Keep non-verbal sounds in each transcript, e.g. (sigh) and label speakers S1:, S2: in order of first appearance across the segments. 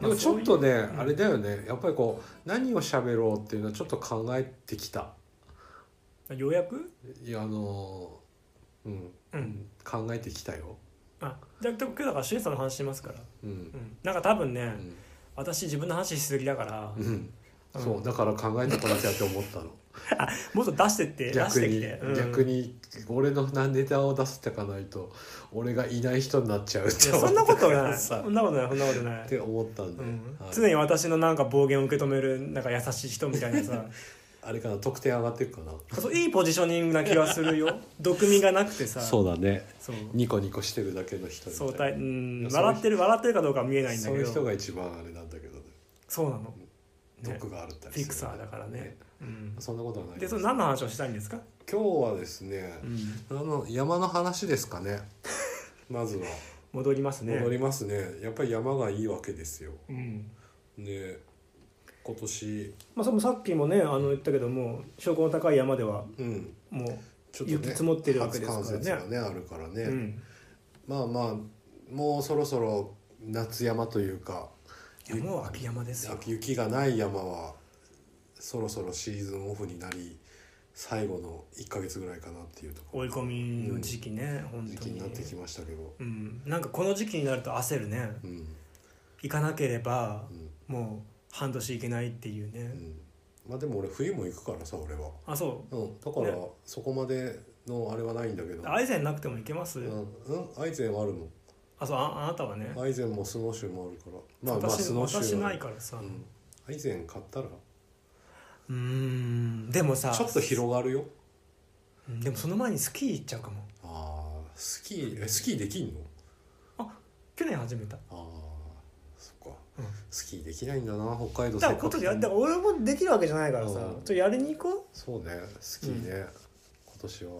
S1: でもちょっとね、あれだよねやっぱりこう何を喋ろうっていうのはちょっと考えてきた
S2: ようやく
S1: いやあのーうん、
S2: うん
S1: 考えてきたよ
S2: あじゃあ今日だからしゅんさんの話しますから、
S1: うん
S2: うん、なんか多分ね、
S1: うん、
S2: 私自分の話しすぎだから、
S1: うん
S2: うん
S1: そうだから考えてこなきゃって思ったの
S2: もっと出してって出し
S1: 逆
S2: てき
S1: に、
S2: て、うん
S1: 逆に俺のネタを出すってかないと俺がいない人になっちゃうっ
S2: い
S1: て
S2: や
S1: 思
S2: そ
S1: っ
S2: んな
S1: た
S2: こと
S1: から (laughs)
S2: ない
S1: さ
S2: そんなことないそんなことな
S1: っ
S2: い
S1: て思ったんで、
S2: うん
S1: はい
S2: 常に私のなんか暴言を受け止めるなんか優しい人みたい
S1: (laughs)
S2: なさ
S1: あれかな得点上がってるかな
S2: そういいポジショニングな気がす
S1: (laughs)
S2: るよ毒味がなくてさ
S1: そうだね
S2: そう
S1: ニコニコしてるだけの人みたい
S2: 相対う
S1: い
S2: ん
S1: やそういう人
S2: 笑ってる笑ってるかどうかは見えないんだ
S1: そう
S2: け
S1: いう
S2: ど
S1: 人が一番あれなんだけどね
S2: そうなの、ね
S1: 毒があるったり
S2: フィクサーだからねうん
S1: そんなことはない
S2: でそれ何の話をしたいんですか、
S1: 今日はですね、あの山の話ですかね (laughs) まずは
S2: 戻りますね
S1: 戻りますねやっぱり山がいいわけですよ
S2: うん
S1: ね今年
S2: まあ、それもさっきもねあの言ったけども標高の高い山では
S1: うん
S2: もう
S1: ちょっとね
S2: 雪積もってるわけですからね
S1: 初冠雪がねあるからね、
S2: うん、
S1: まあまあもうそろそろ夏山というか
S2: いやもう秋山ですよ
S1: 雪がない山はそろそろシーズンオフになり最後の1か月ぐらいかなっていうとこ
S2: 追い込みの時期ね、本
S1: 時
S2: 当
S1: 期
S2: に
S1: になってきましたけど、
S2: うん、なんかこの時期になると焦るね
S1: うん
S2: 行かなければ
S1: うん
S2: もう半年行けないっていうね、
S1: うん、まあでも俺冬も行くからさ俺は、
S2: あそ
S1: うん、だから
S2: ね
S1: そこまでのあれはないんだけど
S2: うアイゼンなくても行けます、
S1: うん、うん、アイゼンはあるもん
S2: あそうああなたはね、
S1: アイゼンもスノーシューもあるからまあまあ
S2: 私
S1: スノーシュ
S2: 私
S1: ーは
S2: ないからさ
S1: うん、アイゼン買ったら
S2: うーんでもさ
S1: ちょっと広がるよ
S2: うんでもその前にスキー行っちゃうかも
S1: ああスキーえスキーできんの
S2: 去年始めた
S1: ああそっか、
S2: うん
S1: スキーできないんだな北海道
S2: だから今年やだから俺もできるわけじゃないから
S1: うん
S2: さ、ちょっとやりに行こ
S1: そうねスキーね、今年は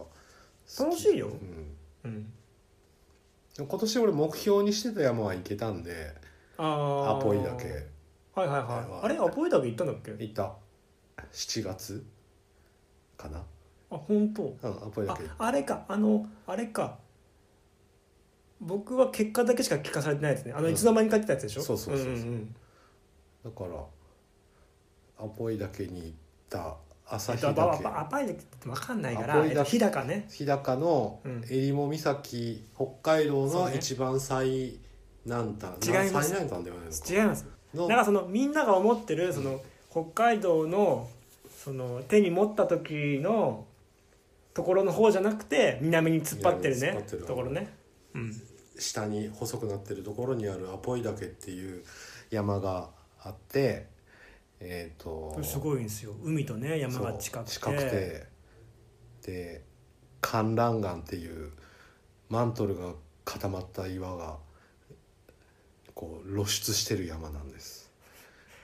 S2: 楽しいよ
S1: うん、
S2: う、うん、
S1: でも今年俺目標にしてた山は行けたんで
S2: ああ
S1: アポイだけ
S2: はいはい
S1: は
S2: はいい
S1: はい
S2: あれアポイだけ行ったんだっけ
S1: 行った7月かな
S2: あ本当
S1: うんアポイだ
S2: あ
S1: け
S2: あれかあのあれか僕は結果だけしか聞かされてないですねあの、
S1: うん
S2: いつの間に帰ってたやつでしょ
S1: そうそうそうそうん
S2: ん
S1: だからアポイだけに行った朝
S2: えっ
S1: 日
S2: と、アパア
S1: 岳
S2: パアパイだけって分かんないか
S1: ア
S2: ら
S1: ポイだけ
S2: えっと日高ね
S1: 日高の
S2: うん
S1: 襟裳岬北海道
S2: そう
S1: の
S2: ね
S1: 一番最南端
S2: 違います
S1: 最南端ではないのか
S2: 違います
S1: の
S2: なんかそのみんなが思ってるその北海道のその手に持った時のところの方じゃなくて南に突っ張ってる
S1: 南に突っ
S2: ね
S1: 張ってる
S2: ところねうん
S1: 下に細くなってるところにあるアポイ岳っていう山があってえっ、と
S2: すごいんですよ海とね山が近くて
S1: そうで観覧岩っていうマントルが固まった岩がこう露出してる山なんです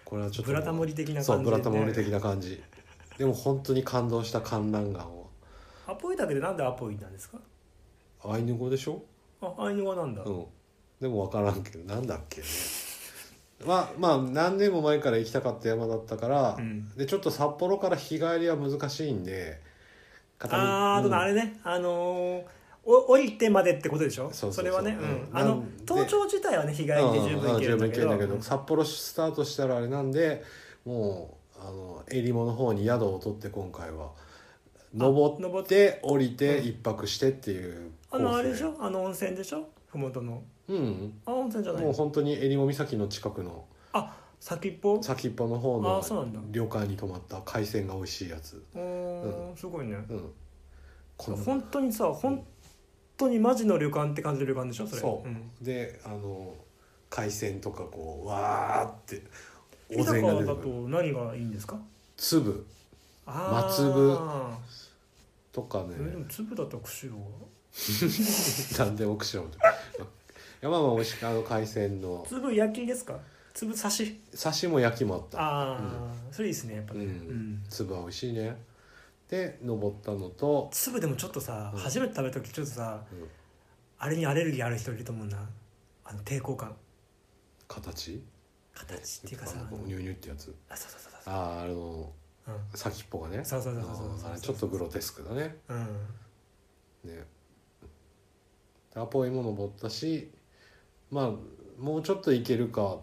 S1: これはちょっと
S2: ブラタモリ的な感じで、
S1: そう
S2: ね、
S1: ブラタモリ的な感じでも本当に感動した観覧岩を
S2: アポイだけでなんでアポイなんですか
S1: アイヌ語でしょ
S2: あアイヌ語なんだ、
S1: うん、でも分からんけどなんだっけねまあまあ何年も前から行きたかった山だったから、
S2: うん
S1: でちょっと札幌から日帰りは難しいんで片道
S2: あーあ
S1: う
S2: と
S1: ん
S2: あれねあのーお降りてまでってことでしょ
S1: そうそうそう
S2: れはね、う、
S1: うんん
S2: あ
S1: な
S2: の
S1: んで
S2: 登頂自体はね日帰りで十分行ける
S1: うう十
S2: んだけど
S1: 分行けるんだ札幌スタートしたらあれなんでもうあの襟裳の方に宿を取って今回は登
S2: 登
S1: っ
S2: って
S1: 降りて
S2: うん
S1: 一泊してっていうコ
S2: あ
S1: ー
S2: の
S1: ス
S2: あれでしょあの温泉でしょ麓の
S1: うん
S2: あ温泉じゃない
S1: もう本当に襟裳岬の近くの
S2: あ先っぽ
S1: 先っぽの方
S2: あーそうな
S1: の
S2: んだ
S1: 旅館に泊まった海鮮が美味しいやつ
S2: うーんすごいね
S1: うんこの
S2: 本当にさ本当にマジの旅館って感じの旅館でしょそれ
S1: そう、
S2: ん
S1: であの海鮮とかこうわーってお
S2: 日
S1: 膳
S2: 高
S1: が出
S2: だ
S1: てく
S2: と
S1: る
S2: 何がいいんですか
S1: 粒
S2: あー
S1: 松ぶとかね
S2: えでも粒だったら釧路は
S1: なんで奥しろみたいないやまあまあ美味しくあの海鮮の
S2: 粒焼きですか粒刺し
S1: 刺しも焼きもあった
S2: ああ、それいいですねやっぱね、
S1: うん
S2: うん
S1: 粒は美味しいねで登ったのと、
S2: 粒でもちょっとさ、
S1: うん
S2: 初めて食べた時ちょっとさ
S1: うん
S2: あれにアレルギーある人いると思うなあの抵抗感
S1: 形
S2: 形っていうかさ
S1: あ
S2: あ
S1: の
S2: の
S1: ニューニューってやつ
S2: あそうそうそうそう
S1: あああの先っぽがね
S2: そうそうそうそうそう
S1: あーあれちょっとグロテスクだね
S2: うん、うん、
S1: ねでアポイも登ったしまあもうちょっと行けるか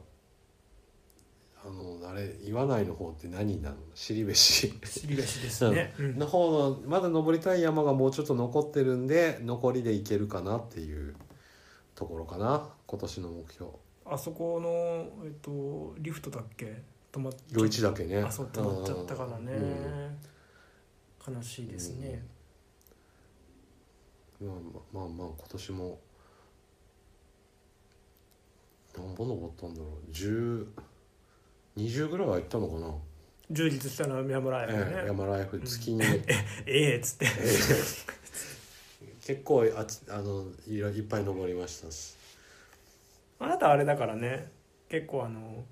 S1: あのあれ岩内の方って何なの尻べし
S2: 尻べしですね、うん
S1: の方のまだ登りたい山がもうちょっと残ってるんで残りで行けるかなっていうところかな今年の目標
S2: あそこのえっとリフトだっけ止まっ
S1: 余市だけね
S2: あそう止まっちゃったからね、
S1: うん
S2: 悲しいですね、
S1: うんまあまあまあ今年も何本登ったんだろう10 20ぐらいは行ったのかな、
S2: 充実したのは宮村やね、
S1: ええ山ライフ月に、
S2: ええっつって
S1: ええ結構あちあのいろいっぱい登りましたし
S2: (laughs) あなたあれだからね結構あの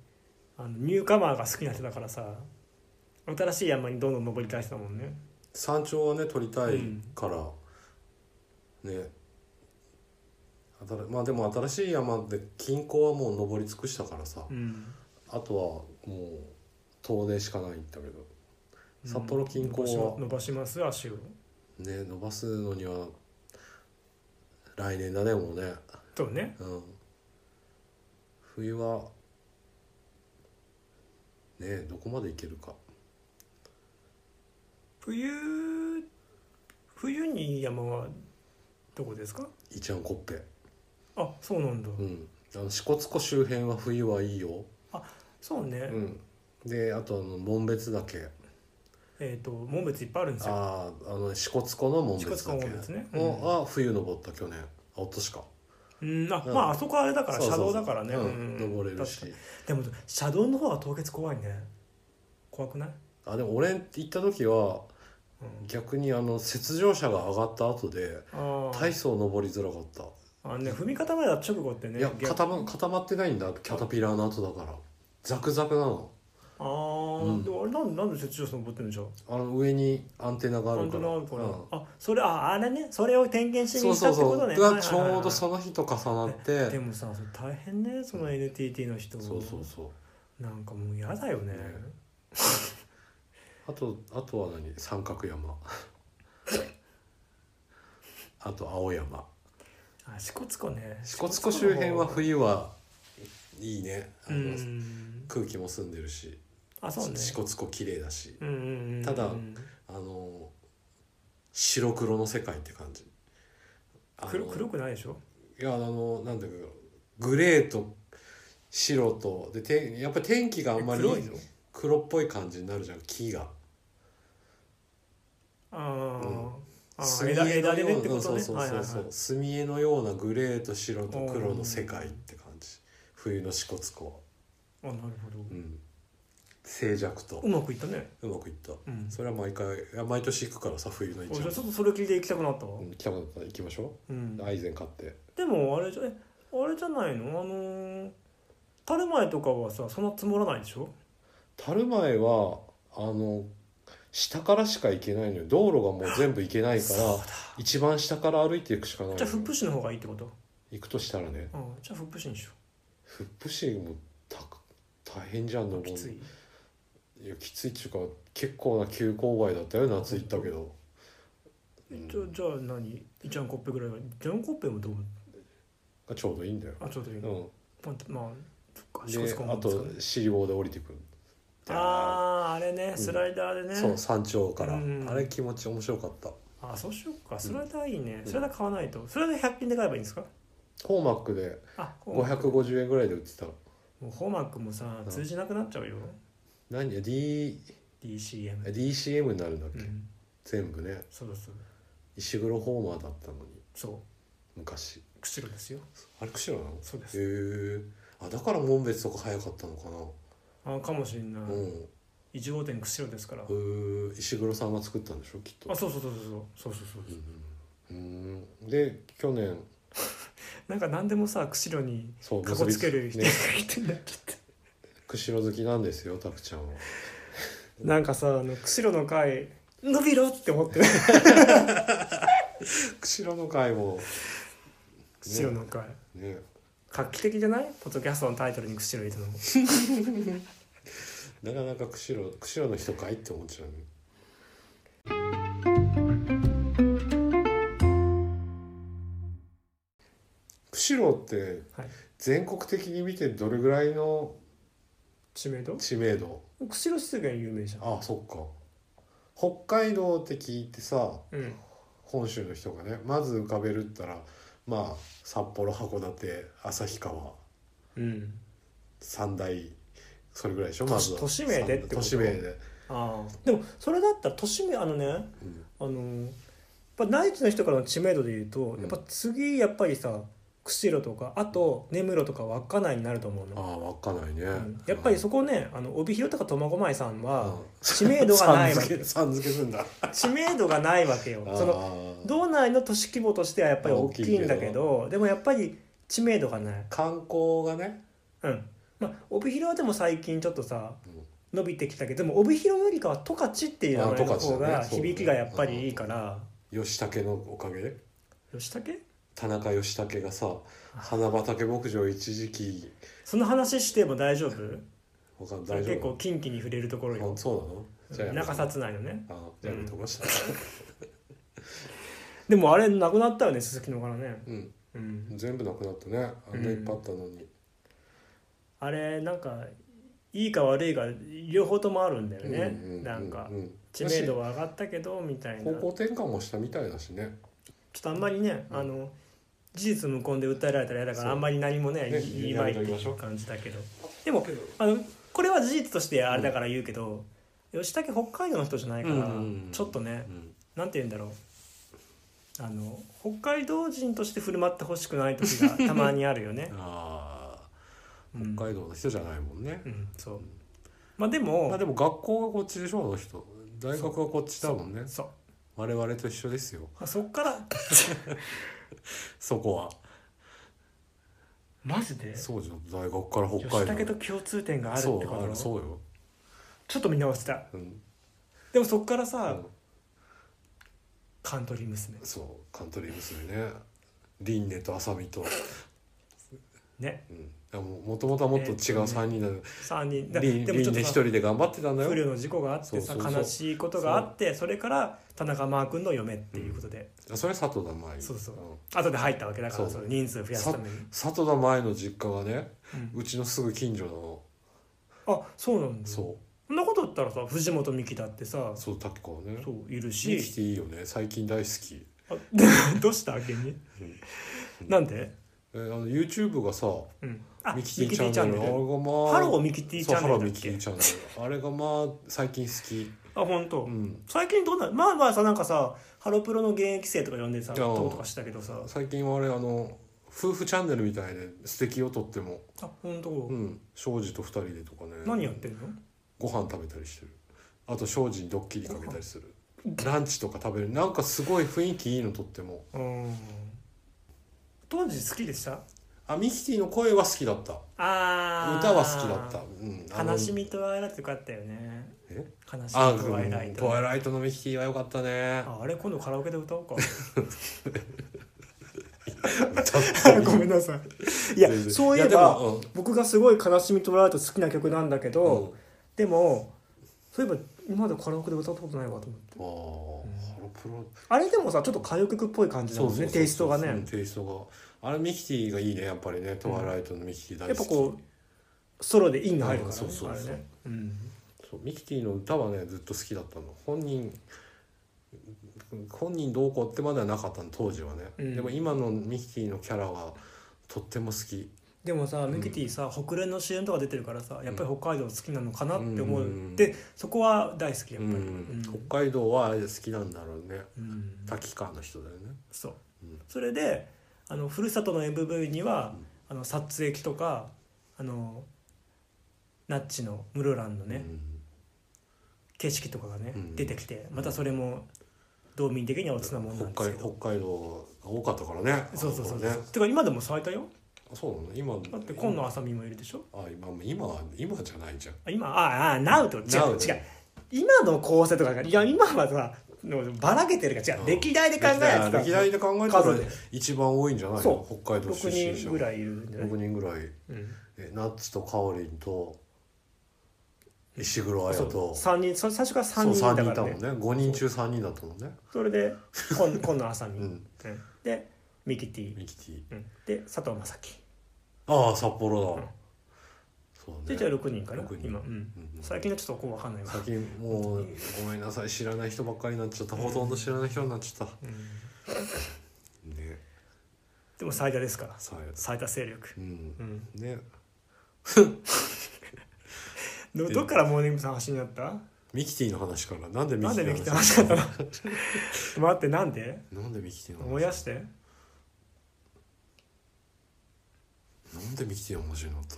S2: あのニューカマーが好きな人だからさ新しい山にどんどん登りたい人だもんね
S1: 山頂はね撮りたいから、ねあたらまあでも新しい山で近郊はもう登り尽くしたからさ、
S2: うん
S1: あとはもう遠出しかないんだけど札幌近郊は
S2: 伸ばします足を
S1: ね伸ばすのには来年だねもうね
S2: そうね
S1: うん冬はねどこまで行けるか
S2: 冬冬に山はどこですか
S1: イチャンコッペ
S2: あそうなんだ、
S1: うんあの支笏湖周辺は冬はいいよ、
S2: そうね、
S1: うん、であとあの紋別岳
S2: えっ、と紋別いっぱいあるんですよ
S1: あーあの支笏湖の紋別
S2: 支
S1: 岳
S2: 笏湖の紋別ねうん
S1: もうあ冬登った去年あ一昨年か
S2: うんあ、
S1: うん
S2: まああそこはあれだから
S1: そう
S2: 車
S1: そうそう
S2: 道だからね
S1: うん
S2: うん
S1: 登れるし
S2: 確かにでも車道の方は凍結怖いね怖くない
S1: あでも俺行った時は
S2: うん
S1: 逆にあの雪上車が上がった後で
S2: あ
S1: 大層登りづらかった、
S2: ああのね踏み固まれた直後ってね
S1: いや
S2: 逆
S1: 固ま固まってないんだキャタピラーの後だからザクザクなの
S2: ああ、
S1: うん
S2: でもあれなんでなんで雪上車登ってるんじゃん
S1: あの上にアンテナがあ
S2: ア
S1: る
S2: ン
S1: か
S2: テ
S1: ら
S2: ナあるから、
S1: うん
S2: あそれああれねそれを点検し
S1: そ
S2: に
S1: う
S2: 行っ
S1: そう
S2: たって
S1: そ
S2: こ
S1: う
S2: とね
S1: がちょうど
S2: の
S1: その日と重なっ
S2: で
S1: て
S2: もさそれ大変ねその NTT の人
S1: そうそうそう
S2: なんかもう嫌だよね
S1: ねあとあとは何三角山 (laughs) あと青山
S2: あ支笏湖ね
S1: 支笏湖周辺は
S2: 支笏湖
S1: 冬はいいねあ
S2: の
S1: の、
S2: 方うん
S1: 空気も澄んでるし
S2: あそうね
S1: 支笏湖綺麗だし
S2: うんうんうん
S1: ただあの白黒の世界って感じあの
S2: 黒黒くないでしょ
S1: いやあのなんだけどグレーと白とでてやっぱり天気があんまり
S2: 黒いの
S1: 黒っぽい感じになるじゃん木が
S2: あ
S1: うん
S2: ーあー
S1: 墨絵
S2: 枝
S1: の
S2: 枝でね
S1: よ
S2: って
S1: う
S2: こ
S1: な
S2: と
S1: そう
S2: ね
S1: そう
S2: はい
S1: そ
S2: はいうは
S1: そう
S2: い
S1: 墨絵のようなグレーと白と黒の世界
S2: う
S1: っ
S2: ん
S1: て感じ冬の支笏湖は
S2: あなる
S1: うん静寂と
S2: ほどうまくいったね
S1: うまくいった
S2: うん
S1: それは毎回いや毎年行くからさ冬の一
S2: おじゃあ
S1: 番
S2: ちょっとそれ聞いて行きたくなったわ
S1: うん来たことあったら行きましょ
S2: うん
S1: うアイゼン買って
S2: でもあれじゃえあれじゃないのあのー樽前とかはさそんな積もらないでしょ
S1: 樽前はあの下からしか行けないのよ道路がもう全部行けないから一番下から歩いていくしかないの
S2: じゃ
S1: よ
S2: あ福祉の方がいいってこと
S1: 行くとしたらね
S2: うんじゃあ福祉にしよ
S1: フップ市もた大変じゃん
S2: う
S1: 登
S2: き
S1: る
S2: つい
S1: いやきついっていうか結構な急勾配だったよ夏行ったけど、うん
S2: じゃあじゃあ何イチャンコッペぐらいがイチャンコッペもどう
S1: がちょうどいいんだよ、
S2: あちょうどいい、
S1: うん
S2: ま、あまあそっか四
S1: で
S2: 国
S1: あ
S2: もですか
S1: と
S2: ね
S1: 尻棒で降りてくる
S2: あーあれね
S1: ん
S2: スライダーでね、
S1: そう山頂から、
S2: うん
S1: あれ気持ち面白かった
S2: あそうしようかスライダーいいね、スライダー買わないとスライダー100均で買えばいいんですか
S1: ホーマックで
S2: あホーマック
S1: 550円ぐらいで売ってたの
S2: もうホーマックもさ通じなくなっちゃうよ、
S1: 何や D
S2: DCM、
S1: DCM になるんだっけ、
S2: うん、
S1: 全部ね
S2: そうそう
S1: 石黒ホーマーだったのに
S2: そ
S1: 昔
S2: う釧路ですよ
S1: あれ釧路なの
S2: そうです
S1: へえあだから紋別とか早かったのかな
S2: あかもしれない、
S1: うん
S2: 1号店釧路ですから、
S1: へえ石黒さんが作ったんでしょきっと
S2: あそうそうそうそうそうそうそうそ
S1: う
S2: う
S1: んで去年
S2: なんか何でもさ釧路に
S1: そう
S2: かこつける
S1: 結
S2: 人
S1: び
S2: が
S1: ね
S2: いてなっちゃって
S1: 釧路好きなんですよタクちゃんは
S2: なんかさあの釧路の会伸びろって思ってる
S1: (laughs) 釧路の会も
S2: 釧路の会、
S1: ね
S2: 画期的じゃないポッドキャストのタイトルに釧路いるのも
S1: なかなか釧路釧路の人かいって思っちゃうね釧路って
S2: はい
S1: 全国的に見てどれぐらいの
S2: 知名度
S1: 知名度
S2: 釧路湿原有名じゃん
S1: あそっか北海道って聞いてさ
S2: うん
S1: 本州の人がねまず浮かべるったらまあ札幌函館旭川
S2: うん
S1: 三大それぐらいでしょまずは
S2: 都市名でってこと
S1: 都市名で、
S2: ああでもそれだったら都市名あのね
S1: うん
S2: あのーやっぱ内地の人からの知名度で言うと、
S1: ん
S2: やっぱ次やっぱりさ釧路とかあと根室とか稚内になると思う
S1: あ
S2: の、
S1: あ稚内ね、
S2: うんやっぱりそこねあの帯広とか苫小牧さ
S1: う
S2: ん
S1: ん
S2: は知名度がないわ
S1: さん
S2: け
S1: 付けさん付けすんだ
S2: 知名度がないわけよその
S1: の
S2: 道内の都市規模としてはやっぱり大きいんだけどでもやっぱり知名度がない
S1: 観光がね、
S2: うんまあ帯広はでも最近ちょっとさ
S1: うん
S2: 伸びてきたけどでも帯広よりかは十勝っていう名前の
S1: あ十勝
S2: 方
S1: だね
S2: が
S1: そうだね
S2: 響きがやっぱりいいから
S1: 吉武のおかげで
S2: 吉武
S1: 田中義武がさ花畑牧場一時期
S2: その話しても大丈夫
S1: わかん
S2: それ
S1: 大丈
S2: 結構
S1: 夫
S2: 近畿に触れるところよ
S1: あそうなの
S2: 中札内のね
S1: あじゃあやめとこうした
S2: でもあれなくなったよね鈴木のからね
S1: うん
S2: うん
S1: 全部なくなったねあんないっぱいあったのに、
S2: あれなんかいいか悪いか両方ともあるんだよね、
S1: うう
S2: なんか
S1: ううん
S2: 知名度は上がったけどみたいな
S1: 方向転換もしたみたいだしね
S2: ちょっとあんまりね、
S1: うん
S2: あの事実無根で訴えられたら嫌だか
S1: そう
S2: らあんまり何も
S1: ね
S2: ね言いまいっ
S1: やめ
S2: て
S1: とき
S2: い
S1: ましょ
S2: う
S1: う
S2: 感じだけどでもあのこれは事実としてあれだから言うけど、吉武北海道の人じゃないから、
S1: うんうんうん
S2: ちょっとね
S1: うん
S2: なんて言うんだろうあの北海道人として振る舞ってほしくない時がたまにあるよね、
S1: あ
S2: う
S1: ー
S2: ん
S1: 北海道の人じゃないもんね
S2: う、ん、そうまあでも
S1: まあでも学校がこっちでしょあの人大学はこっちだもんね
S2: そう、
S1: 我々と一緒ですよ
S2: まあ、そっから
S1: そこは
S2: マジで
S1: そうじゃん大学から
S2: 吉
S1: 北海道
S2: 武と共通点があるって
S1: そ
S2: こ
S1: うある
S2: と
S1: そうよ、
S2: ちょっと見直した
S1: うん、
S2: でもそっから
S1: う
S2: さ、
S1: ん
S2: カントリー娘
S1: そうカントリー娘ね輪廻と浅見と、
S2: ね
S1: うん、いやもうもともとはもっと違う3人だけど
S2: 3人だ
S1: 輪
S2: でも
S1: 廻
S2: ちょっと
S1: 一
S2: さ
S1: 人で頑張ってたんだ
S2: 不慮
S1: よ
S2: の事故があってさ
S1: そうそうそう
S2: 悲しいことがあってそれから田中マー君の嫁っていうことで、
S1: それは佐藤田舞
S2: そうそうん後で入ったわけだから
S1: そ
S2: そうの人数増やすために、
S1: 佐藤田舞の実家がね
S2: うん
S1: うちのすぐ近所の
S2: あそうなんだそ
S1: そ
S2: んなことだったらさ藤本美貴だってさ
S1: うそう滝子はね
S2: そういる
S1: 生き
S2: して
S1: いいよね最近大好き
S2: あ (laughs) どうしたわけに
S1: うん
S2: なんで、
S1: えあの YouTube がさ
S2: うん、あミ
S1: ミ
S2: キ
S1: キ
S2: テ
S1: テ
S2: ィ
S1: ィ
S2: チ
S1: チ
S2: ャ
S1: ャ
S2: ン
S1: ン
S2: ネ
S1: ネ
S2: ル
S1: ルあれがまあ
S2: ハローミキティチ
S1: そう
S2: ャン
S1: ハ
S2: ネ
S1: ロ
S2: ル
S1: ー
S2: だ
S1: ミ
S2: っ
S1: キテ
S2: け
S1: ィチャンネルあれがまあ最近好き
S2: あ本当、
S1: うん
S2: 最近どうなんまあまあさなんかさハロプロの現役生とか呼んでさ
S1: あー
S2: どうとかしたけどさ
S1: 最近はあれあの夫婦チャンネルみたいで素敵をとっても
S2: あ本当、
S1: うん庄司と二人でとかね
S2: 何やってんの
S1: ご飯食べたりしてるあと庄司にドッキリかけたりするランチとか食べるなんかすごい雰囲気いいのとっても
S2: うん当時好きでした
S1: あミキティの声は好きだった
S2: あー
S1: 歌は好きだった、うん、あの
S2: 悲しみとワイライトよかったよね
S1: え
S2: 悲し
S1: あ
S2: みとワイライ
S1: うん
S2: ト
S1: トワイライトのミキティは良かったね
S2: ああれ今度カラオケで歌おう
S1: (laughs)
S2: かごめんなさいいや
S1: 全然
S2: そういえ
S1: やで
S2: ば
S1: もうん
S2: 僕がすごい悲しみとワイライト好きな曲なんだけど、
S1: うん
S2: でもそういえば今までカラオケで歌ったことないわと思って
S1: あーハロプロ
S2: あれでもさちょっと歌謡曲っぽい感じだ
S1: そう
S2: も
S1: そ
S2: ん
S1: う
S2: ね
S1: そう
S2: テイストがね
S1: うんテイストがあれミキティがいいねやっぱりねトワイライトのミキティ大
S2: や
S1: 好
S2: っ
S1: き
S2: ぱこうソロでインが入るからね、
S1: うんそうそうそう
S2: あれね、うん、
S1: そうミキティの歌はねずっと好きだったの本人本人どうこうってまではなかったの当時はね、
S2: うん
S1: でも今のミキティのキャラはとっても好き
S2: でもさミキティさ、北連の CM とか出てるからさやっぱり北海道好きなのかなって思う、
S1: うん
S2: でそこは大好きやっ
S1: う
S2: ぱり、
S1: ん
S2: うん
S1: 北海道はあれ好きなんだろうね
S2: うん
S1: 滝川の人だよね
S2: そう、
S1: うん
S2: それであのふるさとの MV には、
S1: うん
S2: あの撮影機とかあのナッチの室蘭のね、景色とかがね、
S1: うん
S2: 出てきてまたそれも道民的にはおつなも
S1: うんん
S2: なんで
S1: 北
S2: す
S1: 海
S2: けど
S1: 北海道が多かったからね
S2: そうそうそう
S1: あの
S2: そう、
S1: 頃ね
S2: てか今でも最多よ
S1: あそうなの今
S2: だって今野あさみもいるでしょ
S1: あ今今は今じゃないじゃん
S2: あ今ああなうと違う
S1: なお
S2: 違う今の構成とかがいや今はさのばらけてるから違
S1: う
S2: うん歴代で考えてた
S1: 歴代で考えたら
S2: 数で
S1: 一番多いんじゃない
S2: そ
S1: の北海道出身
S2: 6
S1: 者
S2: 人ぐらいいるんじゃない
S1: 6人ぐらい
S2: うん
S1: えナッツとカオリンと石黒綾
S2: そう
S1: と
S2: 3人それ最初から
S1: そう
S2: 3人
S1: 3人
S2: だ
S1: い
S2: か
S1: た
S2: ら
S1: もんね
S2: ね
S1: 5人中3人だったもんね
S2: それで今
S1: (laughs)
S2: 今野あさみ、
S1: う
S2: うんんでミキティ、
S1: ミキティ
S2: うんで佐藤正樹
S1: ああ札幌だ、
S2: うん
S1: そうね
S2: じゃあじゃあ6人かな
S1: 六人
S2: 今、うん
S1: うんうん
S2: 最近のちょっとこう分かんないわ
S1: 最近もうごめんなさい知らない人ばっかりになっちゃったほとんど知らない人になっちゃった
S2: うん
S1: ね
S2: でも最多ですから
S1: さあ
S2: 最多勢力
S1: うん
S2: うん
S1: ね
S2: どどっからモーニングさん走りになった
S1: ミキティの話からなんでミ
S2: なん
S1: キテ
S2: で
S1: ィ
S2: ミ
S1: の
S2: キ
S1: 話
S2: ティ走ったの待ってなんで
S1: なんでミキティの
S2: 思い
S1: 話
S2: 出して
S1: なんでミキティの話になった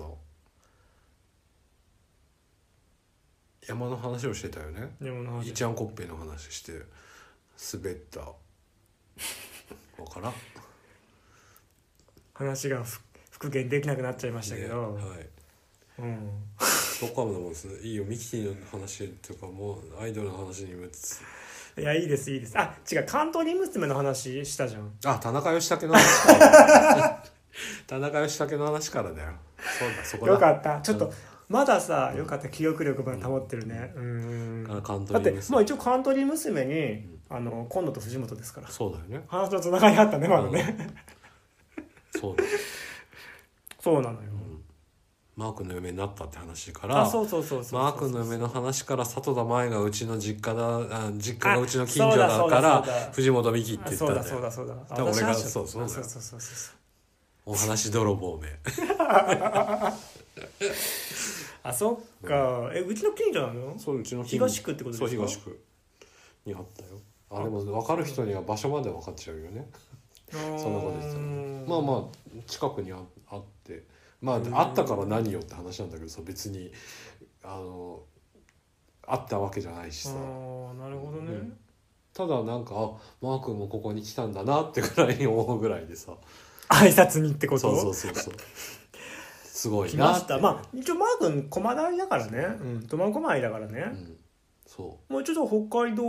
S1: 山の話をしてたよね
S2: でもない
S1: ちゃんこっぺの話して滑ったわからん
S2: 話がふ復元できなくなっちゃいましたけど、
S1: ねはい
S2: うん、
S1: そこはもうですねいいよミキティの話とかもアイドルの話にもつ
S2: いやいいですいいですあ違う関東に娘の話したじゃん
S1: あ田中義武の話
S2: (laughs)
S1: から田中義武の話からだよそうだそこだ
S2: よかったちょっとまださよかった記憶力まで保ってるねうん
S1: あのカント
S2: だっ
S1: リ
S2: て
S1: ーです
S2: まあ一応カントリー娘に、あの今度と藤本ですから
S1: そうだよね
S2: 話のつながりあったねまだね、
S1: そうだ
S2: そうなのよ、
S1: マー君の嫁になったって話から
S2: あそうそうそうそう
S1: マー君の嫁の話から里田舞がうちの実家だあ実家が
S2: あ
S1: うちの近所だから
S2: そうだそうだそうだ
S1: 藤本美貴って
S2: あ
S1: 言った
S2: そ
S1: ん
S2: う
S1: だ
S2: だ
S1: よ
S2: そうだそうだ
S1: だから俺が
S2: 私話
S1: そうそうだ
S2: そ
S1: よ
S2: うそうそうそう
S1: お話泥棒め
S2: あそっかえうちの近所なの
S1: そううちの
S2: 東区ってことです
S1: そ
S2: か
S1: う東区にあったよあでも分かる人には場所まで分かっちゃうよね
S2: そん
S1: そんなこと言ってたらまあまあ近くにああってまああったから何よって話なんだけどさ別にあのあったわけじゃないし
S2: あ
S1: さ
S2: ーなるほどね、
S1: うんただなんかあマー君もここに来たんだなってぐらいに思うぐらいでさ
S2: 挨拶にってこと
S1: そうそうそうそうすごい
S2: 来
S1: な
S2: ま
S1: っ
S2: してたまあ一応マー君駒台だからねうん苫小牧だからね、
S1: うん、そ
S2: もうちょっと北海道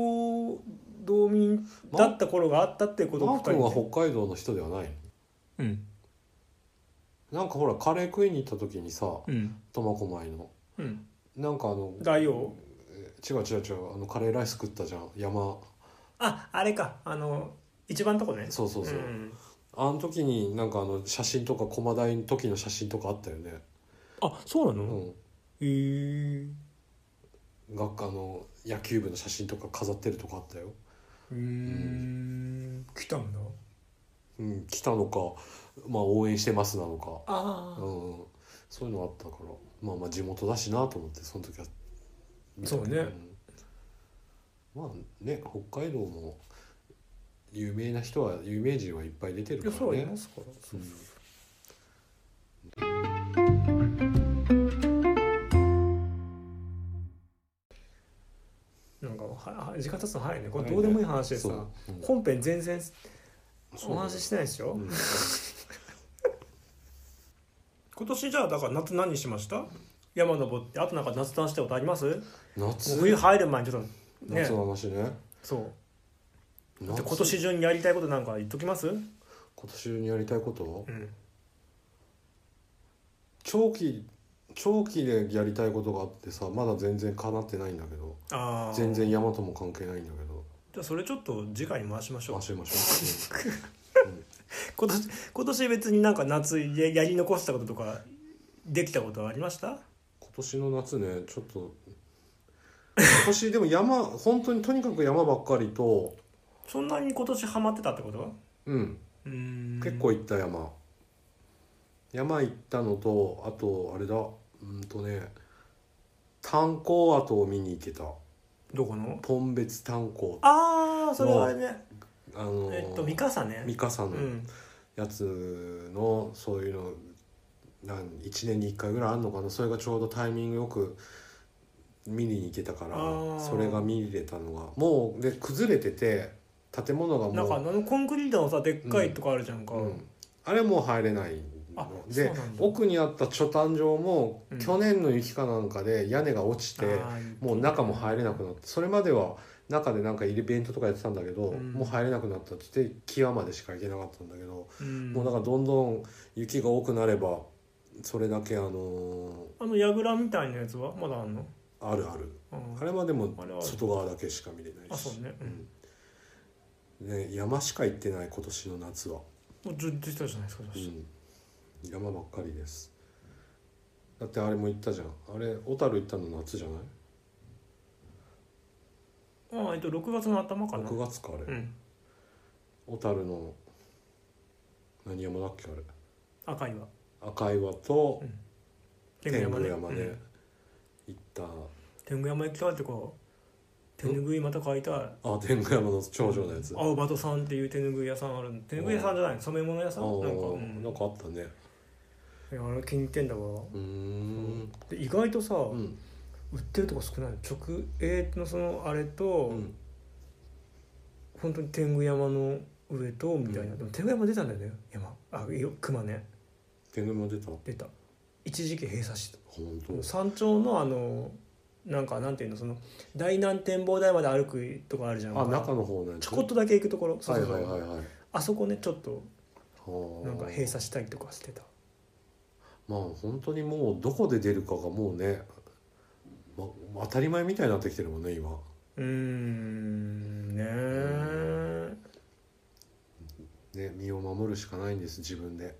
S2: 道民だった頃があったっていうこ
S1: う
S2: と
S1: マー君は
S2: 二人で
S1: 北海道の人ではない
S2: うん
S1: のなんかほらカレー食いに行った時にさ
S2: うん
S1: 苫小牧の
S2: うん
S1: なんかあの
S2: 大王
S1: 違う違う違うあのカレーライス食ったじゃん山
S2: ああれかあの一番のとこね
S1: そうそうそう、
S2: ん
S1: あの時になんかあの写真とか駒台の時の写真とかあったよね、
S2: あそうな
S1: う
S2: の、
S1: ん、
S2: へえ
S1: 学科の野球部の写真とか飾ってるとこあったよ、
S2: うーん来たんだ
S1: うん、来たのか、まあ、応援してますなのか、
S2: あ
S1: う
S2: あ
S1: ん、そういうのあったからまあまあ地元だしなと思ってその時は見たけど
S2: そうね
S1: うんまあね北海道も有名な人は有名人はいっぱい出てる
S2: いや
S1: か
S2: そ
S1: ら
S2: うい
S1: ね
S2: ますからそうそうなんかはは時間経つの早いねこれどうでもいい話でさ、
S1: そううん
S2: 本編全然
S1: そう
S2: お話ししてないでしょ、
S1: うん
S2: 今年じゃあだから夏何しました山登ってあとなんか夏ダンしたことありますもう
S1: 夏
S2: 冬入る前にちょっとね
S1: 夏の話ね
S2: そう
S1: 夏
S2: で今年中にやりたいことなんか言っときます
S1: 今年中にやりたいこと、
S2: うん
S1: 長期長期でやりたいことがあってさまだ全然叶ってないんだけど
S2: ああ
S1: 全然山とも関係ないんだけど
S2: じゃあそれちょっと次回に回しましょう
S1: ましましょ
S2: 今年今年別になんか夏ややり残したこととかできたことはありました
S1: う (laughs) 今年の夏ねちょっと今年でも山本当にとにかく山ばっかりと
S2: そんなに今年ハマってたってこと
S1: うん
S2: うーん
S1: 結構行った山山行ったのとあとあれだうんとね炭鉱跡を見に行けた
S2: どこの
S1: ポンベツ炭鉱
S2: ああそれはあれね
S1: あの
S2: えっと三笠ね
S1: 三笠の、
S2: うん
S1: やつのそういうのなん1年に1回ぐらいあるのかなそれがちょうどタイミングよく見に行けたか
S2: あ
S1: ら
S2: ー
S1: それが見れたのがもうで崩れてて建物が
S2: なんかあ
S1: も
S2: のコンクリートのさでっかいとこあるじゃんか、
S1: う、うん、あれもう入れない
S2: あ
S1: の
S2: そう
S1: で
S2: なんだ
S1: 奥にあった貯炭場も
S2: うん
S1: 去年の雪かなんかで屋根が落ちて、
S2: あー
S1: もう中も入れなくなってそれまでは中でなんかイベントとかやってたんだけど、
S2: うん
S1: もう入れなくなったって言って際までしか行けなかったんだけど、
S2: うん
S1: もうだからどんどん雪が多くなればそれだけあの
S2: あの櫓みたいなやつはまだあんの
S1: ーあるある
S2: あー
S1: あれはでも
S2: あれは
S1: 外側だけしか見れないし
S2: あそうねうん
S1: うんね山しか行ってない今年の夏は、
S2: もうずっとしたじゃないですか
S1: う
S2: 私
S1: ん、山ばっかりですだってあれも行ったじゃんあれ小樽行ったの夏じゃない
S2: ああえっと6月の頭かな
S1: 6月かあ
S2: う
S1: れ
S2: ん
S1: 小樽の何山だっけあれ
S2: 赤いわ
S1: 赤岩と
S2: うん
S1: 天狗山
S2: う
S1: で
S2: ん
S1: 行った、
S2: 天狗山行きたいってか手ぬぐいまた買いたい
S1: あ天狗山の頂上のやつあ
S2: 青葉とさんっていう手ぬぐい屋さんあるん手ぬぐい屋さんじゃない染め物屋さんなんか、う
S1: ー
S2: ん
S1: なんかあったね
S2: いやあれ気に入ってんだわ
S1: うーん
S2: で意外とさ、
S1: うん
S2: 売ってるとこ少ないの直営のそのあれと、
S1: うん
S2: 本当に天狗山の上とみたいな、
S1: うん
S2: でも天狗山出たんだよね山あよ熊ね
S1: 天狗山出た
S2: 出た一時期閉鎖して
S1: 本
S2: た
S1: 当
S2: 山頂のあのなんかなんていうのその大南展望台まで歩くとこあるじゃん
S1: あ中の方ね
S2: ちょこっとだけ行くところそう
S1: はい
S2: そうそう
S1: はいはいはい
S2: あそこねちょっと
S1: はあ
S2: なんか閉鎖したりとかしてた
S1: まあ本当にもうどこで出るかがもうね、ま、当たり前みたいになってきてるもんね今
S2: うーんねえ
S1: ね身を守るしかないんです自分で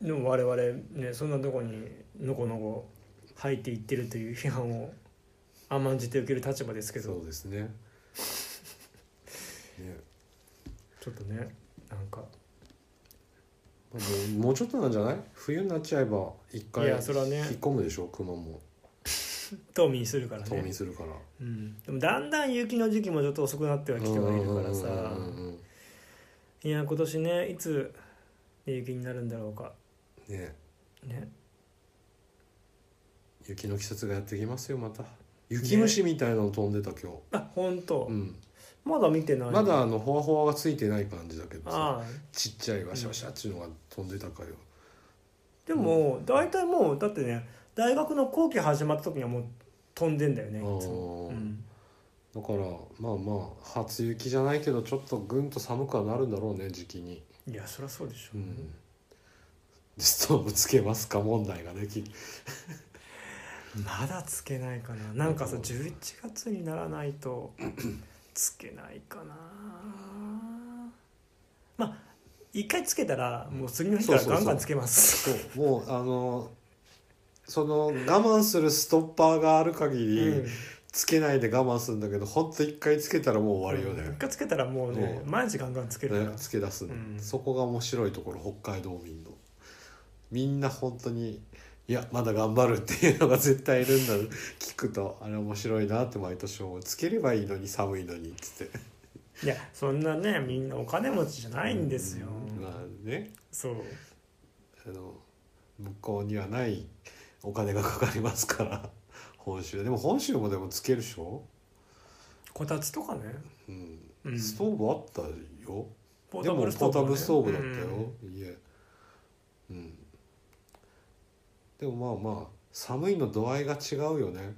S2: でも我々ねそんなとこにのこのこ入っていってるという批判を甘んじて受ける立場ですけど
S1: そうですね (laughs) ね
S2: ちょっとねなんか
S1: まあもうもうちょっとなんじゃない冬になっちゃえば一回
S2: い
S1: 引っ
S2: やそれはね
S1: 込むでしょ熊も
S2: 冬眠するから
S1: 冬
S2: ね
S1: 眠するから
S2: うん、でもだんだん雪の時期もちょっと遅くなってはきてはいるからさ
S1: うんうんうんうん
S2: いや今年ねいつ雪になるんだろうか
S1: ね
S2: ね
S1: 雪の季節がやってきますよまた雪虫みたいなの飛んでた今日、
S2: あ本当、
S1: うん、
S2: まだ見てない
S1: まだあのほわほわがついてない感じだけどさ
S2: ああ
S1: ちっちゃいワシャワシャっていうのが飛んでたかよ、
S2: でも大体もうだってね大学の後期始まった時にはもう飛んでんだよねいつも、
S1: あー
S2: うん
S1: だからまあまあ初雪じゃないけどちょっとぐんと寒くはなるんだろうね時期に、
S2: いやそりゃそうでしょ、
S1: うん、ストーブつけますか問題ができ
S2: まだつけないかななんかさ
S1: うん
S2: 11月にならない
S1: (clears throat)
S2: とつけないかなまあ一回つけたらもう次の日から
S1: そうそう
S2: ガ
S1: そう
S2: ンガンつけます
S1: そうもうあのその我慢するストッパーがある限り、
S2: うん
S1: つけないで我慢するんだけどほんと一回つけたらもう終わるよ
S2: うん一
S1: ね,、
S2: 回つけたらもうね
S1: うん
S2: 毎日ガンガンつけるから
S1: ねつけ出すの、
S2: うん
S1: そこが面白いところ北海道民のみんな本当にいやまだ頑張るっていうのが絶対いるんだ聞くとあれ面白いなって毎年思うつければいいのに寒いのにっつって
S2: いやそんなねみんなお金持ちじゃないんですよ
S1: うんまあね
S2: そう
S1: あの向こうにはないお金がかかりますから本州でも本州もでもつけるでしょ、
S2: こたつとかね
S1: うん
S2: うん
S1: ストーブあったよ
S2: ポ
S1: でもポータブルストーブだったよ
S2: ね、
S1: 家うんでもまあまあ寒いの度合いが違うよね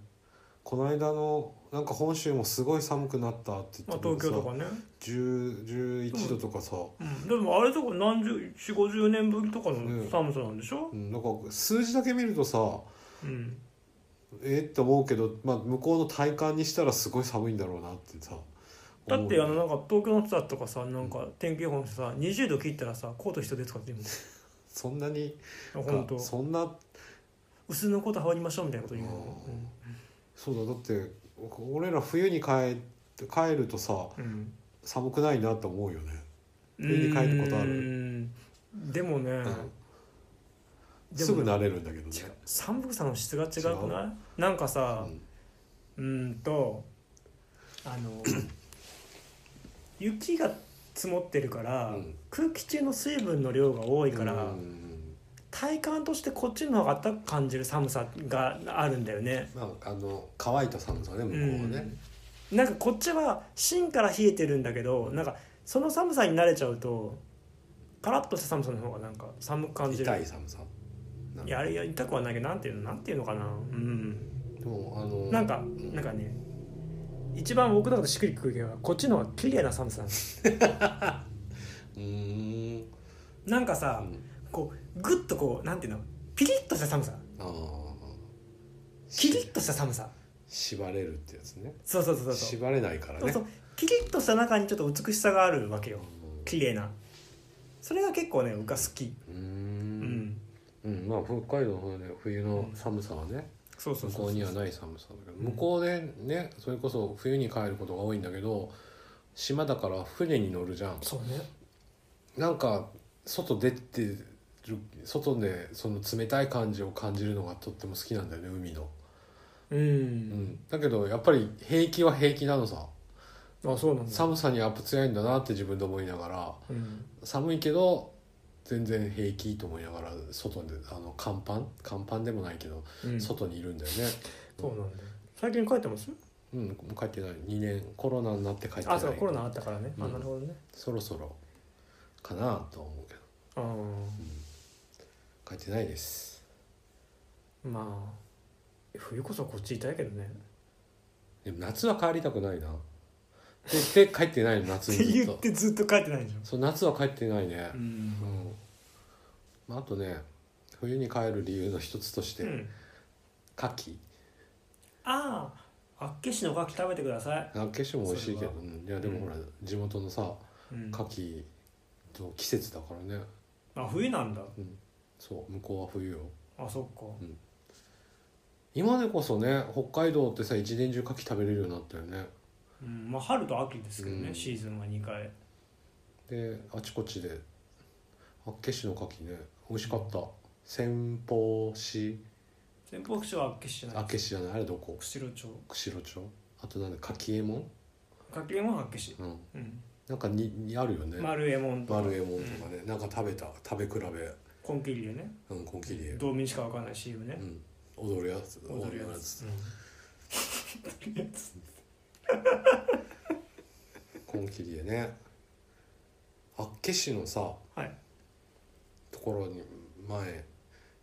S1: この間のなんか本州もすごい寒くなったって
S2: うんま
S1: 言
S2: あ、
S1: ってもさ、
S2: 東京とかね、
S1: 10 11度とかさ、
S2: うん、でもあれとか何十四五十年ぶりとかの寒さなんでしょ
S1: う、ん、なんか数字だけ見るとさ
S2: うん
S1: えーって思うけど、まあ、向こうの体感にしたらすごい寒いんだろうなってさ
S2: だってあの
S1: 思うよ
S2: なんか東京の人だとかさなんか天気予報の人さ20度切ったらさコート人で使ってる
S1: そんなに
S2: もん本
S1: か
S2: 当
S1: そんな
S2: 薄のコート羽織りましょうみたいなこと言うの
S1: そうだだって俺ら冬に帰って帰るとさ
S2: うん
S1: 寒くないなって思うよね
S2: うん
S1: 家に帰ることある
S2: うんでもね、でも
S1: すぐ慣れるんだけどね
S2: 違う寒さの質が違くないなんかさ
S1: うん
S2: うーんとあの雪が積もってるから、
S1: うん
S2: 空気中の水分の量が多いから、
S1: うん
S2: 体感としてこっちの方が暖かく感じる寒さがあるんだよね
S1: まああの乾いた寒さね向こうはね、
S2: なんかこっちは芯から冷えてるんだけどなんかその寒さに慣れちゃうとカラッとした寒さの方がなんか寒く感じる
S1: 痛い寒さなん
S2: い
S1: か
S2: やあれいや痛くはないけどなんていうのなんていうのかなうん
S1: でもあの
S2: なんかなんかね一番僕の中でしっくりくるけはこっちの方が綺麗な寒さなんです
S1: うーん
S2: なんか
S1: あ
S2: さこうグッとこうなんていうのピリッとした寒さ
S1: あー
S2: キリッとした寒さ
S1: 縛れるってやつね
S2: そうそうそうそう
S1: 縛れないから
S2: そう
S1: ね
S2: そうキリッとした中にちょっと美しさがあるわけよ
S1: うん
S2: 綺麗なそれが結構ね僕は好き
S1: うー
S2: うんん
S1: うんまあ北海道の方で冬の寒さはね
S2: そうそう
S1: 向
S2: そう
S1: こうにはない寒さだけど
S2: うん
S1: 向こうでねそれこそ冬に帰ることが多いんだけど島だから船に乗るじゃん
S2: そうね
S1: なんか外出てる外でその冷たい感じを感じるのがとっても好きなんだよね海の、
S2: う、
S1: うんん、だけどやっぱり平気は平気なのさ
S2: あそうなんだ、
S1: 寒さにアップ強いんだなって自分で思いながら
S2: うん、
S1: 寒いけど全然平気と思いながら外であの乾パン乾パンでもないけど
S2: うんそう
S1: 外にいるんだよね、
S2: なんだ最近帰ってます
S1: うん、もう帰ってない2年コロナになって帰ってない
S2: あそうコロナあったからね、
S1: う
S2: あ
S1: ん
S2: なるほどね
S1: そろそろかなとは思うけど
S2: ああ
S1: 帰ってないです
S2: まあ冬こそこっちいたいけどね
S1: でも夏は帰りたくないなでで帰ってないの夏
S2: って
S1: にずっ
S2: 言っ
S1: と
S2: てずっと帰ってないでしょ
S1: そう夏は帰ってないね
S2: う、
S1: うんん、まあ、あとね冬に帰る理由の一つとして、
S2: うん、
S1: 牡蠣
S2: あああっけしの牡蠣食べてください、
S1: あ景色も美味しいけど、
S2: そ
S1: うんいやでもほら、地元のさ
S2: うん、
S1: 牡蠣と季節だからね、
S2: あ冬なんだ
S1: うん、そう向こうは冬よ
S2: あそっか
S1: 今でこそね北海道ってさ一年中牡蠣食べれるようになったよね
S2: うんまあ春と秋ですけどね、
S1: うん
S2: シーズンは2回
S1: であちこちで厚岸の牡蠣ね美味しかった先方市
S2: 前方不死はあっけしじゃない
S1: 厚岸じゃないあれどこ
S2: 釧路町
S1: 釧路町あとなんで柿右衛門
S2: 牡蠣もあっけし
S1: うん
S2: うん
S1: なんかににあるよね丸
S2: 丸右衛門とか
S1: 右衛門とかね、なんか食べた食べ比べ
S2: コンキリでね
S1: うんコンキリエ
S2: 道民しかわかんない CM ね
S1: うん踊るやつ
S2: 踊るや
S1: (laughs)
S2: つ、うん、踊るやつ
S1: コンキリエね厚岸のさ、
S2: はい
S1: ところに前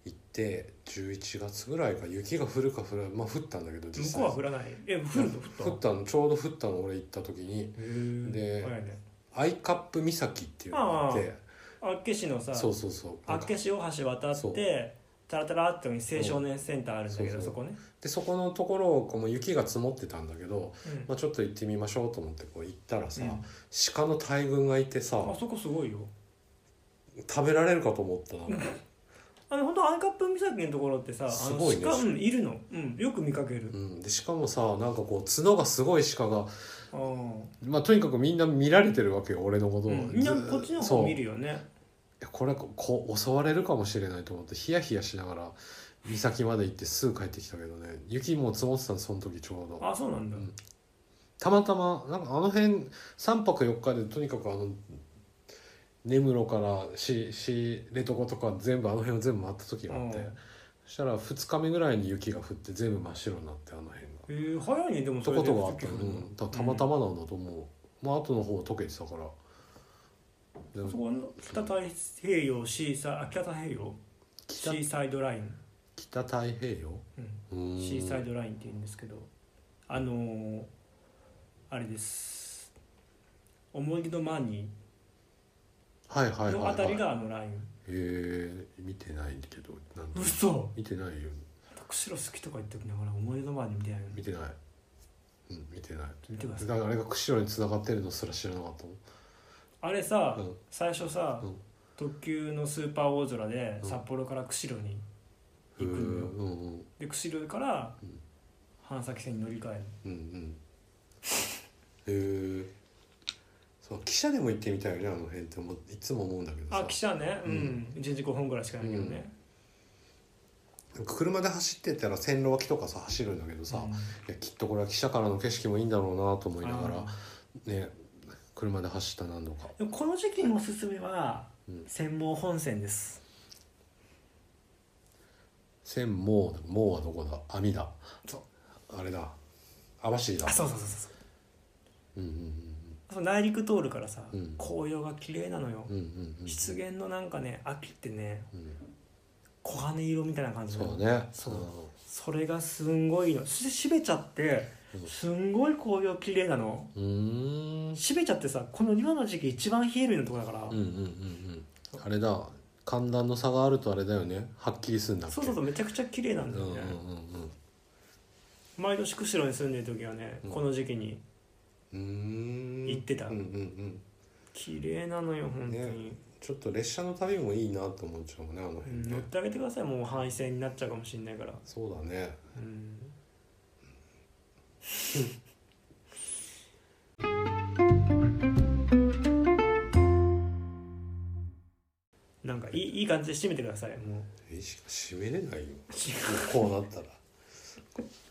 S1: 行って11月ぐらいか雪が降るか降らないまあ降ったんだけど
S2: 向こうは降らないえ降ると降った
S1: 降ったのちょうど降ったの俺行った時に
S2: へ
S1: で
S2: え早いね
S1: アイカップ岬っていうのがあって
S2: あっけしのさ
S1: そうそうそう
S2: あ
S1: なん
S2: っ
S1: か
S2: けし大橋渡
S1: そ
S2: っ
S1: う
S2: てタラタラってとこに青少年センターあるんだけ
S1: そう
S2: どそ
S1: そう
S2: こね、
S1: でそこのところをこうもう雪が積もってたんだけど、
S2: うん
S1: まあ、ちょっと行ってみましょうと思ってこう行ったらさ、
S2: うん
S1: 鹿の大群がいてさ
S2: あそこすごいよ
S1: 食べられるかと思ったな
S2: あの本当アンカップ岬のところってさあの
S1: すごいね
S2: 鹿、うん、いるの、うん、よく見かける、
S1: うん、でしかもさなんかこう角がすごい鹿が、
S2: あー
S1: まあ、とにかくみんな見られてるわけよ俺のことを、
S2: うん、みんなこっちの方見る
S1: よ
S2: よね
S1: これこう襲われるかもしれないと思ってヒヤヒヤしながら岬まで行ってすぐ帰ってきたけどね雪も積もってたのその時ちょうど
S2: あそうなんだ、
S1: うんたまたまなんかあの辺3泊4日でとにかくあの根室からししレトコとか全部あの辺を全部回った時があって、
S2: うん
S1: そしたら2日目ぐらいに雪が降って全部真っ白になってあの辺が。
S2: えー、早いねでも
S1: と
S2: れ
S1: こ
S2: で
S1: とがあったの、
S2: 雪
S1: う
S2: 降るの
S1: ん、たたまたまなんだと思う、まあ後の方は溶けてたからで
S2: うん
S1: も
S2: そこの北太平洋シーサイあ北太平洋シ
S1: 北
S2: ーサイドライン、
S1: 北太平洋
S2: うん
S1: うーん
S2: シーサイドラインって言うんですけどあのー、あれです思い出のマニ
S1: はいはいはい、
S2: の
S1: は
S2: あ
S1: い、
S2: たりがあのライン、
S1: えー、見てないけどなんで
S2: 嘘
S1: 見てないよ
S2: 釧路好きとか言ってくんだから思い出の前に見てないよ
S1: 見てないうん見てない
S2: 見てください
S1: だからあれが釧路に繋がってるのすら知らなかったもん
S2: あれさ、
S1: うん
S2: 最初さ、
S1: うん
S2: 特急のスーパー大空で
S1: うん
S2: 札幌から釧路に
S1: う
S2: 行くのよ、
S1: んうんうん
S2: で釧路から
S1: うん
S2: 半崎線に乗り換える
S1: うんへえそう汽車でも行ってみたいよねあの辺って思っていつも思うんだけど
S2: あ
S1: さ
S2: 汽車ねう、
S1: うん
S2: 一1日5分ぐらいしかないけどね、
S1: 車で走ってったら線路脇とかさ走るんだけどさ、
S2: うん
S1: いやきっとこれは汽車からの景色もいいんだろうなと思いなが
S2: あ
S1: らね車で走った何度か
S2: でもこの時期のおすすめは
S1: うん
S2: 専門本線です
S1: 線もうもうはどこだ網だ
S2: そう
S1: あれだ網走だ
S2: あそうそうそうそう
S1: うんうん
S2: そう内陸通るからさ、
S1: うん
S2: 紅葉が綺麗なのよ、
S1: うんうんうんうん
S2: 湿原のなんかね秋ってね
S1: うん
S2: 黄金色みたいな感じなの
S1: そうね
S2: そう
S1: うん
S2: それがすんごいのし閉めちゃって
S1: うん
S2: すんごい紅葉綺麗なの
S1: うーん
S2: 閉めちゃってさこの今の時期一番冷えるようなとこだから、
S1: うんうんうんうんあれだ寒暖の差があるとあれだよねはっきりすんだっけ
S2: そうそうそうめちゃくちゃ綺麗なん
S1: う
S2: だ
S1: んう
S2: よ
S1: んうん
S2: ね、
S1: うん
S2: 毎年釧路に住んでる時はね、
S1: うん
S2: この時期に
S1: うーん
S2: 行ってた
S1: うんうんうん
S2: 綺麗なのよ本当に、
S1: ねちょっと列車の旅もいいなと思っちゃうもんねあの
S2: う
S1: 辺
S2: ん
S1: ね、
S2: 乗ってあげてくださいもう廃線になっちゃうかもしれないから
S1: そうだね
S2: うんなんかいいいい感じで締めてくださいもう
S1: えしか閉めれないよこうなったら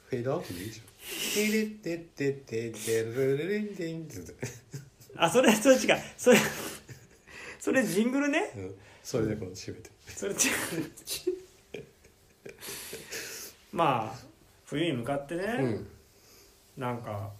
S1: フェードアウトでいいじゃん「テレテテテテルルルンテン」って
S2: あそれそれ違うそれそれジングルね
S1: うん (laughs) それでこの閉めて
S2: それ違うまあ冬に向かってね、
S1: うん
S2: なんか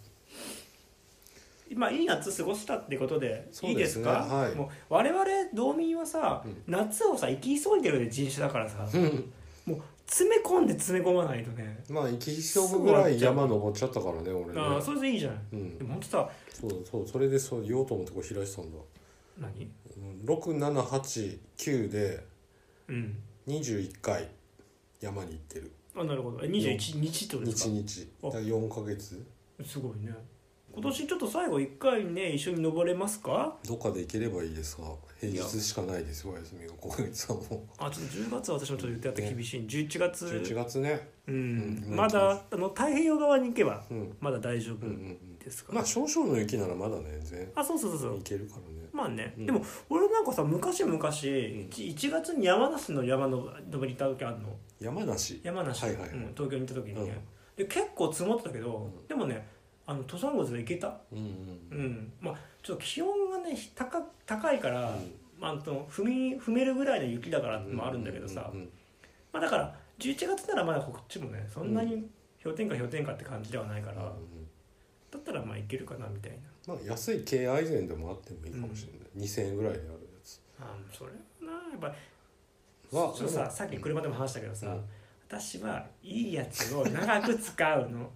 S2: 今いい夏過ごしたってことで
S1: そう
S2: いいで
S1: です
S2: す
S1: ね
S2: か
S1: はい
S2: もう我々道民はさ、
S1: うん
S2: 夏をさ生き急いでる人種だからさ、
S1: うん
S2: もう詰め込んで詰め込まないとね、
S1: まあ行き勝負ぐらい山登っちゃったからね俺ね
S2: ああそれでいいじゃない、
S1: うん
S2: でも本当さ
S1: そうそうそれでそう言おうと思ってこう開いてたんだ、
S2: 何
S1: うん、6789で
S2: うん
S1: 21回山に行ってる
S2: あなるほどえ21日ってことです
S1: 日
S2: か
S1: 々だから4ヶ月
S2: すごいね今年ちょっと最後1回ね一緒に登れますか
S1: どっかで行ければいいですが平日しかないですよお休みが今月はも
S2: あちょっと10月は私もちょっと言ってあって
S1: ね
S2: 厳しい、11
S1: う
S2: 月
S1: 11月ね
S2: うん、
S1: うん
S2: まだあの太平洋側に行けば
S1: うん
S2: まだ大丈
S1: う
S2: 夫
S1: んうんうん
S2: ですか、
S1: まあ少々の雪ならまだね全然
S2: あそうそうそうそ
S1: 行
S2: う
S1: けるからね
S2: まあね、
S1: うん
S2: でも俺なんかさ昔々、
S1: ん
S2: 一1月に山梨の山の登りに行った時あるの
S1: 山梨
S2: 山梨、
S1: はいはいはい
S2: うん、東京に行った時にね、で結構積もってたけど、
S1: う
S2: でもねあの登山口で行けた
S1: うんうん
S2: う、
S1: うんん
S2: まあちょっと気温がね高高いから、
S1: うん
S2: まあ、あの踏み踏めるぐらいの雪だから
S1: う
S2: もあるんだけどさ、
S1: うんうん
S2: まあ、だから11月ならまだこっちもねそんなに氷点下氷点下って感じではないから、
S1: うんうん
S2: だったらまあいけるかなみたい
S1: ま
S2: な
S1: あ安い軽アイゼンでもあってもいいかもしれない、2000円ぐらいであるやつ
S2: あーそれはなやっぱり
S1: は
S2: ちょっとささっき車でも話したけどさ、
S1: うん
S2: 私はいいやつを長く使う
S1: (laughs)
S2: の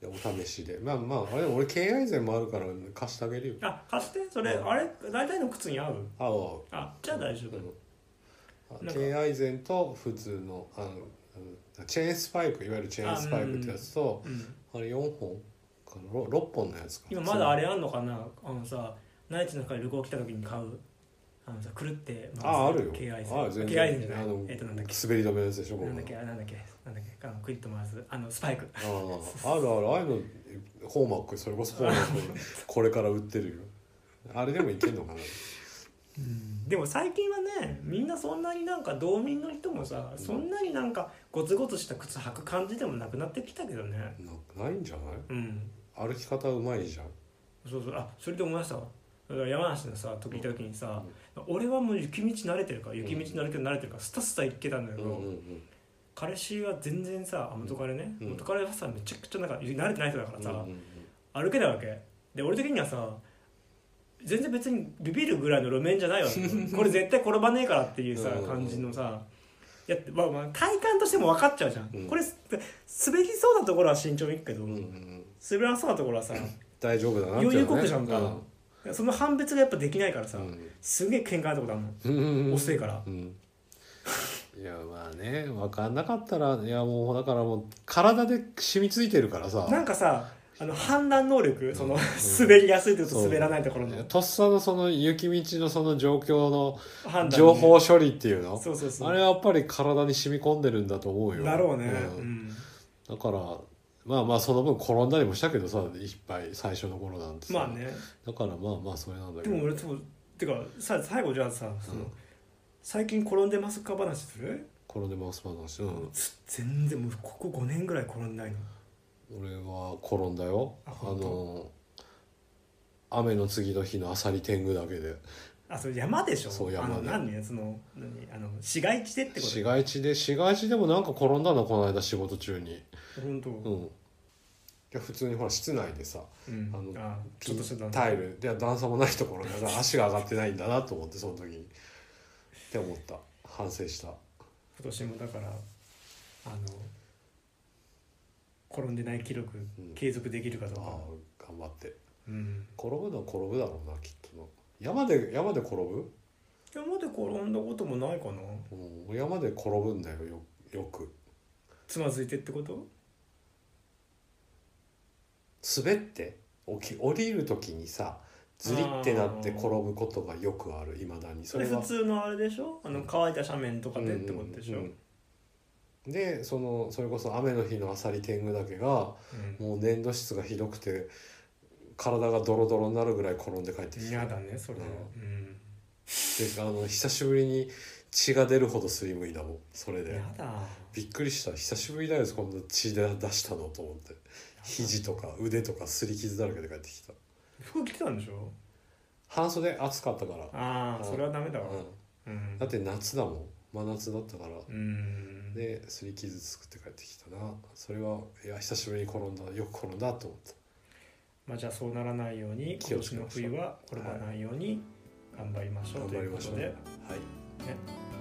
S1: でもお試しでまあまああれ俺軽アイゼンもあるから貸してあげるよ
S2: あ貸してそれ、
S1: うん
S2: あれ大体の靴に合う
S1: ああ
S2: あじゃあ大丈夫、
S1: あ
S2: なんか
S1: 軽アイゼンと普通のあのあのチェーンスパイクいわゆるチェーンスパイクってやつと
S2: うん
S1: あ,、れ4本かな 6, 本のやつか
S2: 今まだあれあんのかなあのさ内地の中に旅行来た時に買うあのさくるって回す
S1: ああるよ
S2: 敬愛
S1: ああ
S2: す
S1: 全
S2: る敬愛す
S1: 然
S2: るんじゃな
S1: あ
S2: い
S1: の
S2: えっとなんだっけ
S1: 滑り止めのやつでしょ僕
S2: なん
S1: の
S2: だっけあれなんだっけなんだっけあのクリッと回すあのスパイク
S1: あああるあるああいうのホーマックそれこそホーマックこれから売ってるよあれでもいけんのかな
S2: うんでも最近はねみんなそんなになんか道民の人もさ、そんなになんかゴツゴツした靴履く感じでもなくなってきたけどね
S1: なないんじゃない
S2: うん
S1: 歩き方うまいじゃん
S2: そうそうあそれで思いましたわだから山梨のさ時行った時にさ、俺はもう雪道慣れてるから雪道慣れてる慣れてるからスタスタ行けたんだけ
S1: う
S2: ど、
S1: んうんうん
S2: 彼氏は全然さあ元彼ね、
S1: うん
S2: 元彼はさめちゃくちゃなんか慣れてない人だからさ、
S1: うんうんうん
S2: 歩けないわけで俺的にはさ全然別にビビるぐらいの路面じゃないわ
S1: (laughs)
S2: けよこれ絶対転ばねえからっていうさ
S1: うんうん
S2: 感じのさやってまあまあ体感としても分かっちゃうじゃん、
S1: うん
S2: これす滑りそうなところは慎重に行くけど、
S1: うんうん
S2: 滑らなそうなところ
S1: (laughs)
S2: はさ
S1: 大丈夫だな
S2: 余裕こく
S1: く
S2: じゃんか、その判別がやっぱできないからさ、すげえ喧嘩なとこだもん遅いから
S1: うん、いやまあね分かんなかったらいやもうだからもう体で染みついてるからさ
S2: なんかさあの判断能力その、滑りやすいとこと滑らないところの
S1: とっさのその雪道のその状況の
S2: 判断、ね、
S1: 情報処理っていうの
S2: そうそうそう
S1: あれはやっぱり体に染み込んでるんだと思うよ
S2: だろうね、
S1: う
S2: うんん
S1: だからまあまあその分転んだりもしたけどさいっぱい最初の頃なんてさ
S2: まあね
S1: だからまあまあそれなんだけ
S2: で
S1: ど
S2: も俺そうてかさ最後じゃあさその、
S1: うん
S2: 最近転んでますか話する、
S1: 転んでます話、うん、
S2: つ全然もうここ5年ぐらい転んでないの
S1: 俺は転んだよ
S2: あ
S1: あ
S2: 本当
S1: の雨の次の日のあさり天狗だけで
S2: あそれ山でしょ
S1: そう
S2: あ
S1: 山
S2: の
S1: ね
S2: 何ねその何あの市街地でってこ
S1: 市街地で市街地でもなんか転んだのこの間仕事中に
S2: と本当
S1: うんいや普通にほら室内でさ
S2: うん
S1: あの
S2: あち
S1: ピ
S2: ょっとした
S1: ン
S2: 段
S1: タイルで段差もないところでだから足が上がってないんだなと思ってその時にって思った反省した
S2: 今年もだからあの転んでない記録
S1: うん
S2: 継続できるかどう
S1: ああ
S2: か、
S1: 頑張って
S2: うん、
S1: 転ぶのは転ぶだろうなきっとな山で山で転ぶ、
S2: 山で転んだこともないかな
S1: うん、俺山で転ぶんだよよよく
S2: つまずいてってこと
S1: 滑って起き降りる時にさずりってなって転ぶことがよくあるいまだに
S2: それ普通のあれでしょあの乾いた斜面とかでってことでし
S1: うん
S2: ょ、
S1: うんうんでそのそれこそ雨の日のアサリ天狗だけがもう粘土質がひどくて体がドロドロになるぐらい転んで帰ってきて
S2: 嫌だねそれは、うん
S1: であの久しぶりに血が出るほどスリムいだもんそれ
S2: 嫌
S1: で
S2: だ
S1: びっくりした久しぶりだよこんな血で出したのと思って肘とか腕とかすり傷だらけで帰ってきた
S2: 服着てたんでしょ
S1: 半袖暑かったから、
S2: ああそれはダメだわ
S1: う
S2: うん
S1: ん、だって夏だもん真夏だったから
S2: うん
S1: ですり傷作って帰ってきたなそれはいや久しぶりに転んだよく転んだと思った
S2: まあじゃあそうならないように
S1: 気
S2: 今
S1: をつけ
S2: 年の
S1: ましょう
S2: 冬は転ばないように頑張りましょう
S1: 頑
S2: と
S1: 張
S2: い
S1: り
S2: うこ
S1: ましょ
S2: と
S1: う
S2: で
S1: はい
S2: ね